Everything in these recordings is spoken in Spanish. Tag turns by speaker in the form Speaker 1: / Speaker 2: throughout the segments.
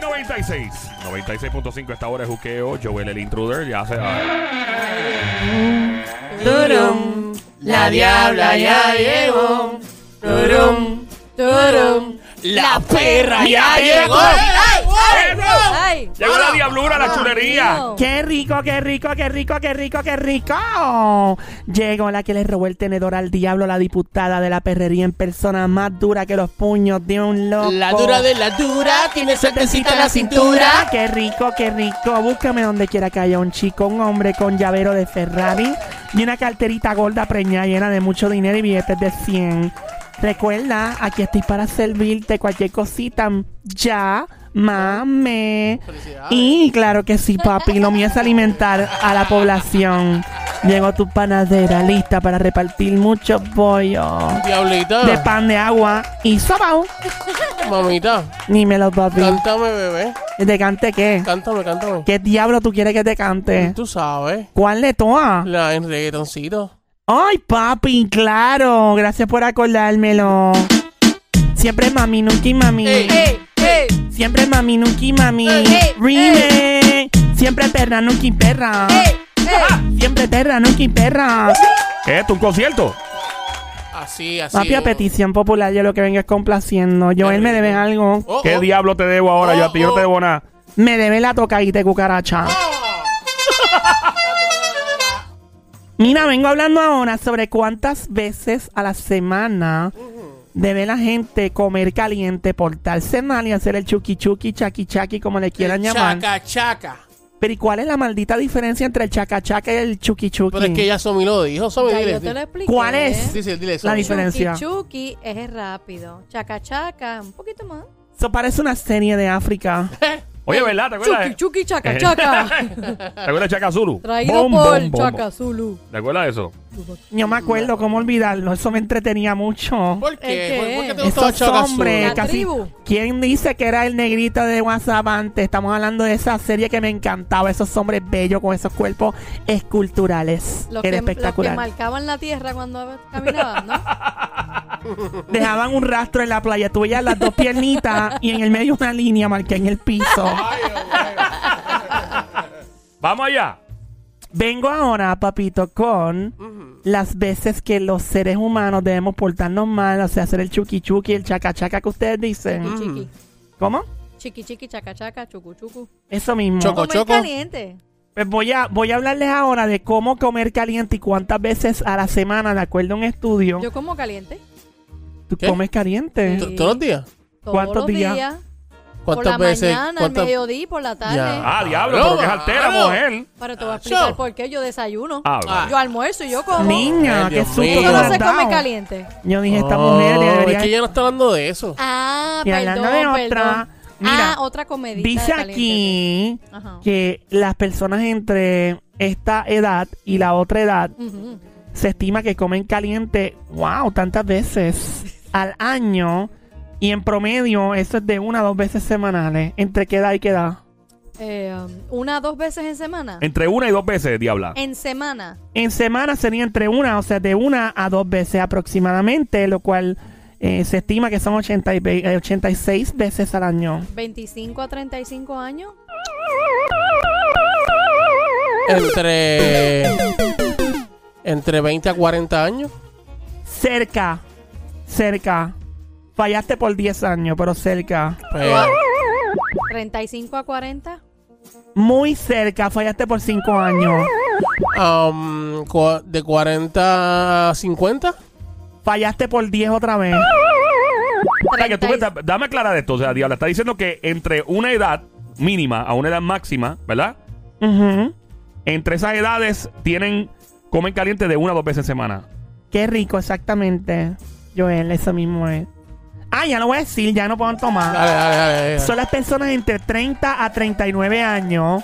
Speaker 1: 96. 96.5 esta hora es juqueo. Joel el intruder. Ya se va.
Speaker 2: Turum, la diabla ya llegó. Turum, turum,
Speaker 3: La perra ya llegó.
Speaker 2: Ay,
Speaker 1: Llegó la diablura, la chulería.
Speaker 2: mío.
Speaker 4: ¡Qué rico, qué rico, qué rico, qué rico, qué rico! Llegó la que le robó el tenedor al diablo, la diputada de la perrería en persona más dura que los puños de un loco.
Speaker 3: La dura de la dura tiene suertecita en la cintura.
Speaker 4: Qué rico, qué rico. Búscame donde quiera que haya un chico, un hombre con llavero de Ferrari y una carterita gorda preñada llena de mucho dinero y billetes de 100. Recuerda, aquí estoy para servirte cualquier cosita. Ya, mame. Y claro que sí, papi. Lo mío es alimentar a la población. Llegó tu panadera lista para repartir mucho pollo.
Speaker 3: Ah. Diablita.
Speaker 4: De pan de agua y sobao.
Speaker 3: Mamita.
Speaker 4: Dímelo, papi.
Speaker 3: Cántame, bebé.
Speaker 4: ¿Te cante qué?
Speaker 3: Cántame, cántame.
Speaker 4: ¿Qué diablo tú quieres que te cante?
Speaker 3: Tú sabes.
Speaker 4: ¿Cuál de todas?
Speaker 3: La en reggaetoncito.
Speaker 4: Ay, papi, claro. Gracias por acordármelo. Siempre mami, nuki mami.
Speaker 3: Ey.
Speaker 2: Ey, ey,
Speaker 4: Siempre mami, nuki mami.
Speaker 2: Ey, ey,
Speaker 4: Rime. Siempre perra, nuki perra.
Speaker 2: ey, ey.
Speaker 4: Siempre perra, nuki perra.
Speaker 1: ¿Qué? ¿Esto un concierto?
Speaker 3: Así, así.
Speaker 4: Papi, a petición popular, yo lo que venga es complaciendo. Yo él me debe algo.
Speaker 3: Oh, oh.
Speaker 1: ¿Qué diablo te debo ahora? yo a ti yo no
Speaker 2: Oh,
Speaker 1: te debo nada.
Speaker 4: Me debe la tocadita de cucaracha. Mira, vengo hablando ahora sobre cuántas veces a la semana debe la gente comer caliente, portarse mal y hacer el chuki chuki, chaki chaki, como le quieran
Speaker 3: El
Speaker 4: llamar.
Speaker 3: Chaca, chaca.
Speaker 4: Pero ¿y cuál es la maldita diferencia entre el chaca chaca y el chuki chuki?
Speaker 3: Pero es que ya Somi lo dijo. Somi,
Speaker 2: Ya
Speaker 3: dile.
Speaker 2: yo te lo expliqué.
Speaker 4: ¿Cuál es?
Speaker 3: Sí, sí, dile
Speaker 4: La
Speaker 3: Somi.
Speaker 4: diferencia.
Speaker 2: Chuki chuki es rápido. Chaca chaca, un poquito más.
Speaker 4: Eso parece una serie de África.
Speaker 1: Oye, ¿verdad? ¿Te acuerdas?
Speaker 2: Chuki
Speaker 1: de-
Speaker 2: chuki chaca chaca.
Speaker 1: ¿Te acuerdas de Chaka Zulu?
Speaker 2: Traído
Speaker 1: Bom,
Speaker 2: por
Speaker 1: bom, bom,
Speaker 2: Chaca Zulu.
Speaker 1: ¿Te acuerdas de eso?
Speaker 4: Yo me acuerdo cómo olvidarlo, eso me entretenía mucho.
Speaker 3: ¿Por
Speaker 2: ¿El
Speaker 3: qué?
Speaker 2: qué?
Speaker 3: ¿Por, por qué te gustaba
Speaker 4: Esos
Speaker 3: Chaca
Speaker 4: hombres,
Speaker 2: La
Speaker 3: Zulu?
Speaker 4: casi.
Speaker 2: tribu.
Speaker 4: ¿Quién dice que era el negrito de WhatsApp antes? Estamos hablando de esa serie que me encantaba, esos hombres bellos con esos cuerpos esculturales.
Speaker 2: Los
Speaker 4: Era
Speaker 2: que, los que
Speaker 4: espectacular.
Speaker 2: marcaban la tierra cuando caminaban, ¿no?
Speaker 4: Dejaban un rastro en la playa, tú veías las dos piernitas y en el medio una línea marqué en el piso.
Speaker 1: Vamos allá.
Speaker 4: Vengo ahora, papito, con las veces que los seres humanos debemos portarnos mal, o sea, hacer el chuki chuki, el chaca chaca que ustedes dicen.
Speaker 2: Chiqui.
Speaker 4: ¿Cómo?
Speaker 2: Chiqui chiqui chaca chaca, chucu chucu.
Speaker 4: Eso mismo.
Speaker 3: Choco.
Speaker 2: Comer caliente.
Speaker 4: Pues voy a, voy a hablarles ahora de cómo comer caliente y cuántas veces a la semana, de acuerdo a un estudio,
Speaker 2: Yo como caliente.
Speaker 4: tú
Speaker 3: ¿Qué?
Speaker 4: comes caliente.
Speaker 2: Sí.
Speaker 3: ¿T- ¿Todos los días?
Speaker 2: Todos
Speaker 4: ¿Cuántos
Speaker 2: los
Speaker 4: días?
Speaker 2: días. Por la
Speaker 3: ¿Cuántas veces?
Speaker 2: mañana, al
Speaker 3: ¿Cuántas-
Speaker 2: mediodía y por la tarde.
Speaker 3: Ya.
Speaker 1: Ah, diablo,
Speaker 3: Claro,
Speaker 1: pero que es altera,
Speaker 3: claro.
Speaker 1: mujer.
Speaker 2: Pero te voy a
Speaker 3: Ah,
Speaker 2: explicar
Speaker 3: yo.
Speaker 2: por qué yo desayuno.
Speaker 1: Ah,
Speaker 3: Ah.
Speaker 1: vale.
Speaker 2: Yo almuerzo y yo como.
Speaker 4: Niña,
Speaker 3: Ay,
Speaker 4: qué
Speaker 3: Dios
Speaker 4: susto
Speaker 3: mío.
Speaker 4: que
Speaker 2: Eso
Speaker 4: me
Speaker 2: no
Speaker 4: has
Speaker 2: se come
Speaker 4: dado.
Speaker 2: caliente.
Speaker 4: Yo dije, esta
Speaker 3: Oh,
Speaker 4: mujer le
Speaker 3: Es
Speaker 4: debería...
Speaker 3: que ella no está hablando de eso.
Speaker 2: Ah,
Speaker 4: Y
Speaker 2: perdón,
Speaker 4: hablando de otra,
Speaker 2: perdón.
Speaker 4: mira,
Speaker 2: ah, otra comedia.
Speaker 4: Dice aquí
Speaker 2: Ajá.
Speaker 4: que las personas entre esta edad y la otra edad
Speaker 2: Ujú.
Speaker 4: se estima que comen caliente, wow, tantas veces al año. Y en promedio, eso es de una a dos veces semanales. ¿Entre qué edad y qué edad?
Speaker 2: Eh, um, una dos veces en semana. En,
Speaker 1: Entre una y dos veces, diabla.
Speaker 2: semana.
Speaker 4: En semana sería entre una, o sea, de una a dos veces aproximadamente, lo cual eh, se estima que son 80 y ve- eh, 86 veces al año.
Speaker 2: 25 a 35 años.
Speaker 3: Entre. Entre 20 a 40 años.
Speaker 4: Cerca, cerca. Fallaste por 10 años, pero cerca.
Speaker 3: Pues,
Speaker 2: 35 a 40.
Speaker 4: Muy cerca, fallaste por 5 años.
Speaker 3: um, cua- de 40 a 50.
Speaker 4: Fallaste por 10 otra vez.
Speaker 1: O sea, que tú me
Speaker 2: 30
Speaker 1: estás- dame aclarar esto, o sea, diabla, está diciendo que entre una edad mínima a una edad máxima, ¿verdad?
Speaker 4: Ujú.
Speaker 1: Entre esas edades tienen comen caliente de una a dos veces en semana.
Speaker 4: Qué rico, exactamente. Joel, eso mismo es. Ah, ya lo voy a decir, ya no puedo tomar.
Speaker 3: Dale, dale, dale. dale.
Speaker 4: Son las personas entre 30 a 39 años.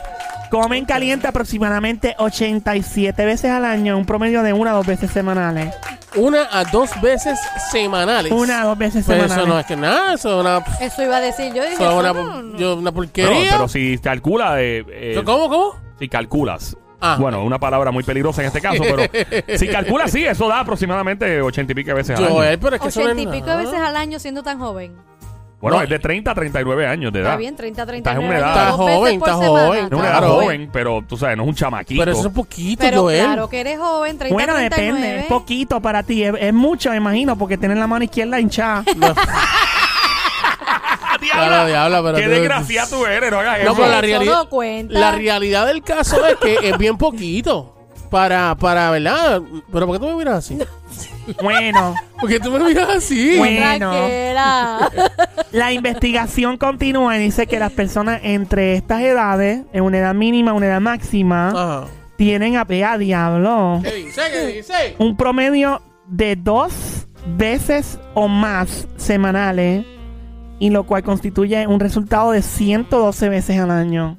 Speaker 4: Comen caliente aproximadamente 87 veces al año, un promedio de una a dos veces semanales.
Speaker 3: Una a dos veces semanales.
Speaker 4: Una a dos veces
Speaker 3: Pues eso
Speaker 4: semanales.
Speaker 3: no es que nada. Eso es una.
Speaker 2: y- Eso iba a decir yo. Dije, "Mm,
Speaker 3: Eso es
Speaker 2: eso
Speaker 3: una,
Speaker 2: no, no.
Speaker 3: yo- una
Speaker 1: Pero,
Speaker 3: porquería.
Speaker 1: pero si calcula, eh, eh,
Speaker 3: Yo, ¿Cómo, cómo?
Speaker 1: si calculas,
Speaker 3: Ah.
Speaker 1: bueno, una palabra muy peligrosa en este caso, pero si calculas, sí, eso
Speaker 3: eh,
Speaker 1: da aproximadamente ochenta y pico veces al año.
Speaker 3: Joel, pero es que eso no es
Speaker 2: 80 y pico
Speaker 3: nada.
Speaker 2: veces al año siendo tan joven.
Speaker 1: Bueno,
Speaker 3: No.
Speaker 1: es de 30 a 39 años de edad.
Speaker 2: Está bien, 30, 30.
Speaker 1: Estás en una edad.
Speaker 2: Dos veces
Speaker 3: Estás
Speaker 2: por
Speaker 3: joven,
Speaker 2: semana.
Speaker 3: estás joven.
Speaker 1: No es una edad
Speaker 3: Claro. eh.
Speaker 1: joven, pero tú sabes, no es un chamaquito.
Speaker 3: Pero eso es poquito,
Speaker 2: Pero
Speaker 3: Joel.
Speaker 2: claro que eres joven, 30,
Speaker 4: Bueno,
Speaker 2: 39.
Speaker 4: depende. Es poquito para ti. Es, es mucho, me imagino, porque tienes la mano izquierda hinchada.
Speaker 3: No,
Speaker 1: ¡Ah, diabla!
Speaker 3: claro, diabla, pero
Speaker 1: ¡Qué
Speaker 3: tú-
Speaker 1: desgraciado tú eres! No hagas
Speaker 3: No,
Speaker 1: eso.
Speaker 3: pero la
Speaker 2: Eso
Speaker 3: realidad,
Speaker 2: no cuenta.
Speaker 3: la realidad del caso es que es bien poquito. Para, para, ¿verdad? Pero ¿por qué tú me miras así?
Speaker 4: Bueno,
Speaker 3: ¿Por qué tú me miras así?
Speaker 4: Bueno.
Speaker 2: Tranquila.
Speaker 4: la investigación continúa y dice que las personas entre estas edades, en una edad mínima, una edad máxima,
Speaker 3: Ajá.
Speaker 4: tienen a, vea, diablo.
Speaker 3: ¿Qué dice? ¿Qué dice?
Speaker 4: un promedio de dos veces o más semanales, y lo cual constituye un resultado de 112 veces al año.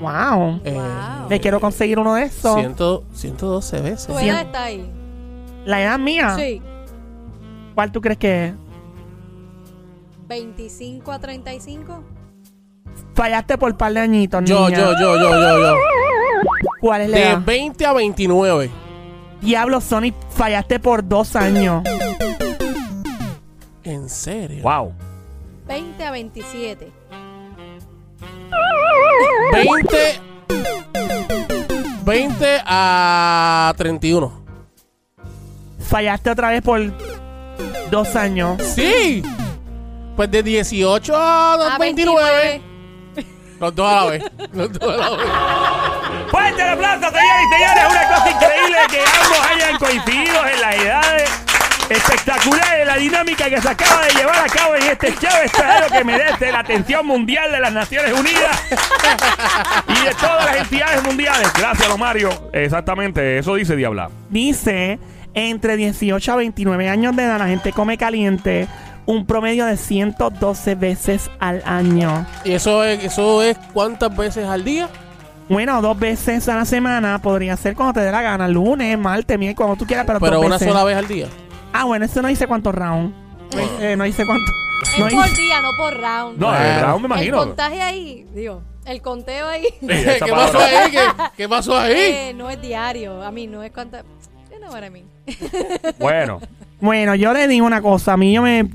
Speaker 4: ¡Wow!
Speaker 3: Eh,
Speaker 2: Wow.
Speaker 4: Me quiero conseguir uno de esos.
Speaker 3: 100 112 veces.
Speaker 2: tu edad está ahí.
Speaker 4: La edad mía,
Speaker 2: Sí.
Speaker 4: ¿cuál tú crees que es?
Speaker 2: 25 a 35.
Speaker 4: Fallaste por par de añitos,
Speaker 3: Yo,
Speaker 4: niña.
Speaker 3: yo, yo, yo, yo, yo.
Speaker 4: ¿Cuál es la
Speaker 3: De
Speaker 4: edad?
Speaker 3: 20 a 29.
Speaker 4: Diablo, Sonic, fallaste por dos años.
Speaker 3: ¿En serio?
Speaker 1: ¡Wow!
Speaker 2: 20 a 27.
Speaker 3: 20 20 a 31.
Speaker 4: Fallaste otra vez por dos años.
Speaker 3: Sí. Pues de 18 a,
Speaker 2: A
Speaker 3: 29. Los dos a la vez. Los dos a la vez.
Speaker 1: ¡Fuerte el aplauso, señores y señores! Una cosa increíble que ambos hayan coincidido en las edades. Espectacular es la dinámica que se acaba de llevar a cabo en este show. Esto es lo que merece la atención mundial de las Naciones Unidas y de todas las entidades mundiales. Gracias, don Mario. Exactamente, eso dice Diabla.
Speaker 4: Dice, entre 18 a 29 años de edad la gente come caliente un promedio de 112 veces al año.
Speaker 3: ¿Y eso es, eso es cuántas veces al día?
Speaker 4: Bueno, dos veces a la semana podría ser cuando te dé la gana, lunes, martes, miércoles, cuando tú quieras, pero,
Speaker 3: Pero
Speaker 4: dos
Speaker 3: una
Speaker 4: veces.
Speaker 3: sola vez al día.
Speaker 4: Ah, bueno, eso no dice cuántos rounds. No dice- no dice cuánto.
Speaker 2: Es
Speaker 4: No
Speaker 2: por
Speaker 4: dice-
Speaker 2: día, no por round.
Speaker 1: No, de
Speaker 3: Claro.
Speaker 1: verdad, me
Speaker 2: el
Speaker 1: imagino.
Speaker 2: contagio ahí, digo, el conteo ahí
Speaker 1: Sí,
Speaker 3: ¿Qué
Speaker 1: esa
Speaker 3: pasó
Speaker 1: palabra.
Speaker 3: ahí? ¿Qué, qué pasó ahí?
Speaker 2: eh, no es diario. A mí no es cuánta. You know what I mean.
Speaker 1: Bueno,
Speaker 4: Bueno, yo le digo una cosa, a mí yo me...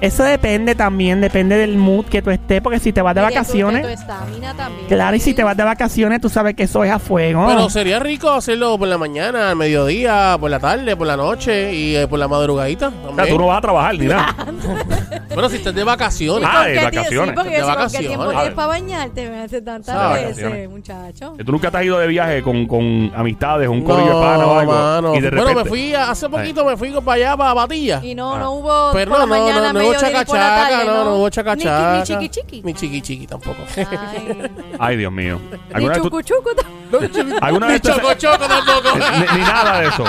Speaker 4: Eso depende también, depende del mood que tú estés, porque si te vas de
Speaker 2: Y tu-
Speaker 4: vacaciones...
Speaker 2: de tu estamina también.
Speaker 4: Claro, y si te vas de vacaciones, tú sabes que eso es a fuego.
Speaker 3: Pero sería rico hacerlo por la mañana, al mediodía, por la tarde, por la noche y eh, por la madrugadita.
Speaker 1: o sea,
Speaker 3: también.
Speaker 1: tú no vas a trabajar ni nada.
Speaker 3: Bueno, si estás de vacaciones.
Speaker 1: Ah,
Speaker 2: ¿Con
Speaker 1: de
Speaker 2: qué tie-
Speaker 1: vacaciones.
Speaker 2: Sí, porque
Speaker 3: De
Speaker 2: eso, ¿con qué
Speaker 3: vacaciones.
Speaker 2: tiempo
Speaker 3: A
Speaker 2: tienes
Speaker 1: ver.
Speaker 2: para bañarte? Me hace tantas
Speaker 1: Ah,
Speaker 2: veces,
Speaker 1: vacaciones. Eh,
Speaker 2: muchacho.
Speaker 1: Tú nunca te has ido de viaje con, con amistades, un corillo
Speaker 3: No,
Speaker 1: de pana o algo.
Speaker 3: mano.
Speaker 1: Y de repente,
Speaker 3: Bueno, me fui a- hace poquito, me fui para allá, para Batilla.
Speaker 2: Y no,
Speaker 1: Ah.
Speaker 2: no hubo
Speaker 3: Pero
Speaker 2: por
Speaker 3: no,
Speaker 2: la
Speaker 3: no,
Speaker 2: mañana,
Speaker 3: no, no hubo
Speaker 2: mediodía y por la
Speaker 3: chacachaca,
Speaker 2: tarde,
Speaker 3: no, no hubo
Speaker 2: Ni-
Speaker 3: chacachaca.
Speaker 2: Ni, chiqui chiqui.
Speaker 3: Ni chiqui chiqui tampoco.
Speaker 2: Ay.
Speaker 1: Ay, Dios mío.
Speaker 2: Ni
Speaker 1: ¿Alguna vez tú-
Speaker 2: chucu chucu.
Speaker 3: No, ni chiqui-
Speaker 1: ¿Alguna
Speaker 3: ni
Speaker 1: vez te-
Speaker 3: choco choco tampoco.
Speaker 1: ni, ni nada de eso.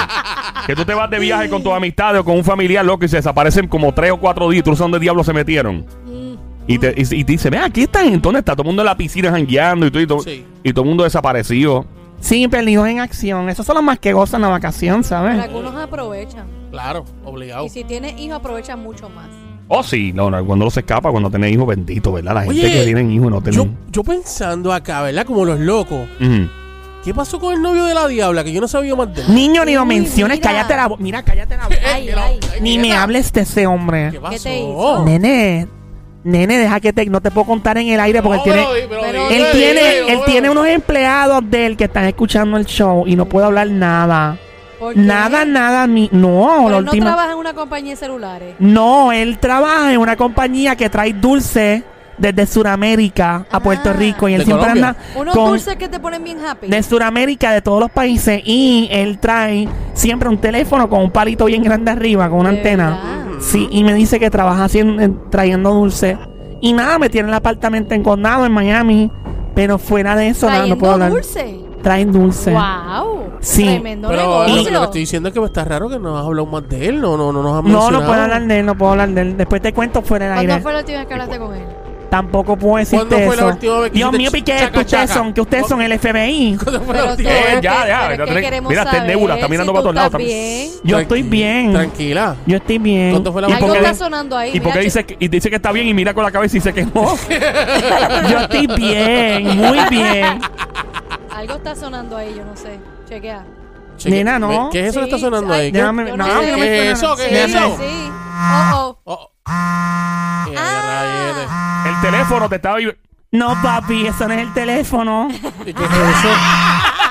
Speaker 1: Que tú te vas de viaje con tus amistades o con un familiar loco y se desaparecen como tres o cuatro días. Tú no sabes dónde diablos se metieron.
Speaker 2: Mm.
Speaker 1: Y te, y, y te dice, mira, aquí están. ¿Dónde está? Todo el mundo en la piscina jangueando y, todo- y, todo-
Speaker 3: Sí.
Speaker 1: y todo el mundo desaparecido.
Speaker 4: Sí, perdidos en acción. Esos son los más que gozan la vacación,
Speaker 2: Pero
Speaker 4: ¿sabes?
Speaker 2: algunos aprovechan.
Speaker 3: Claro, obligado.
Speaker 2: Y si tienes hijos, aprovechan mucho más.
Speaker 1: Oh, sí. No, no, cuando los escapa, cuando tiene hijos, bendito, ¿verdad? La gente
Speaker 3: Oye,
Speaker 1: que tienen hijos no
Speaker 3: Yo,
Speaker 1: tienen.
Speaker 3: yo pensando acá, ¿verdad? Como los locos.
Speaker 1: Ujú.
Speaker 3: ¿Qué pasó con el novio de la diabla? Que yo no sabía más de él.
Speaker 4: Niño, ni lo
Speaker 2: Uy,
Speaker 4: menciones.
Speaker 2: mira.
Speaker 4: Cállate la boca. Mira, cállate la boca.
Speaker 2: Ay, ay.
Speaker 4: Ni me hables de ese
Speaker 3: ¿Qué
Speaker 4: hombre.
Speaker 3: pasó?
Speaker 2: te hizo?
Speaker 4: Nene, nene, deja que te... No te puedo contar en el aire porque él tiene...
Speaker 2: pero
Speaker 4: Él
Speaker 2: Oye,
Speaker 4: tiene, él tiene unos empleados de él que están escuchando el show y no puedo hablar nada.
Speaker 2: ¿Por qué?
Speaker 4: Nada, nada, ni... No, la
Speaker 2: Pero no
Speaker 4: última...
Speaker 2: trabaja en una compañía de celulares.
Speaker 4: No, él trabaja en una compañía que trae dulce desde Sudamérica a
Speaker 2: Ah.
Speaker 4: Puerto Rico y él
Speaker 3: ¿De
Speaker 4: siempre
Speaker 3: Colombia?
Speaker 4: anda
Speaker 2: Unos
Speaker 4: con
Speaker 2: dulces que te ponen bien happy.
Speaker 4: de Sudamérica, de todos los países y él trae siempre un teléfono con un palito bien grande arriba, con una
Speaker 2: ¿De
Speaker 4: antena.
Speaker 2: verdad?
Speaker 4: Sí, y me dice que trabaja haciendo- eh, trayendo dulce. Y nada, me tiene el apartamento en Condado, en Miami, pero fuera de eso nada, no
Speaker 2: Trayendo
Speaker 4: puedo hablar.
Speaker 2: dulce.
Speaker 4: Traen dulce.
Speaker 2: Wow.
Speaker 4: Sí.
Speaker 2: Tremendo
Speaker 3: Pero lo que
Speaker 2: negocio.
Speaker 3: te estoy diciendo es que está raro que no has hablado más de él. No, no, no nos has
Speaker 4: No,
Speaker 3: mencionado.
Speaker 4: no puedo hablar de él, no puedo hablar de él. Después te cuento fuera del
Speaker 2: ¿Cuándo
Speaker 4: aire.
Speaker 2: fue la última vez que hablaste con él?
Speaker 4: Tampoco puedo decirte
Speaker 3: ¿Cuándo fue la
Speaker 4: eso.
Speaker 3: última vez que
Speaker 4: Dios
Speaker 3: hiciste
Speaker 4: mío, Piqué,
Speaker 3: chaca,
Speaker 4: que ustedes
Speaker 3: chaca?
Speaker 4: son, que ustedes son el FBI.
Speaker 3: ¿Cuándo fue
Speaker 2: Pero
Speaker 3: la última
Speaker 2: todo
Speaker 1: Eh,
Speaker 3: vez?
Speaker 1: ya,
Speaker 2: es que-
Speaker 1: ya,
Speaker 2: pero es
Speaker 1: ya
Speaker 2: que
Speaker 1: tenés-
Speaker 2: queremos
Speaker 1: mira, está en
Speaker 2: saber
Speaker 1: nébula, está mirando
Speaker 2: si
Speaker 1: para
Speaker 2: tú
Speaker 1: todos lados,
Speaker 2: estás
Speaker 1: está-
Speaker 2: bien.
Speaker 4: Yo estoy bien.
Speaker 3: Tranquila.
Speaker 4: Yo estoy bien.
Speaker 3: ¿Cuándo fue la
Speaker 1: ¿Y
Speaker 3: última
Speaker 1: por
Speaker 2: Algo
Speaker 1: qué
Speaker 3: vez?
Speaker 2: está
Speaker 1: de-
Speaker 2: sonando ahí.
Speaker 1: ¿Y por qué
Speaker 2: mira,
Speaker 1: dice, que- y dice que está bien y mira con la cabeza y dice que no?
Speaker 4: Yo estoy bien, muy bien.
Speaker 2: che- Algo está sonando ahí, yo no sé. Chequea.
Speaker 3: Cheque-
Speaker 4: Nena, ¿no?
Speaker 3: ¿Qué es eso que
Speaker 2: Sí,
Speaker 3: está sonando
Speaker 2: ay,
Speaker 3: ahí? ¿Qué-
Speaker 4: Déjame,
Speaker 2: Yo
Speaker 4: no,
Speaker 2: no
Speaker 4: no,
Speaker 2: sé.
Speaker 4: no me
Speaker 3: ¿Qué es
Speaker 4: suena.
Speaker 3: eso? ¿Qué
Speaker 2: Sí,
Speaker 3: es eso?
Speaker 2: sí. Oh, oh.
Speaker 3: Oh, oh. Eh,
Speaker 2: Ah.
Speaker 1: teléfono te estaba vib-
Speaker 4: No, papi, eso no es el teléfono. Ah.
Speaker 3: ¿Y qué es eso?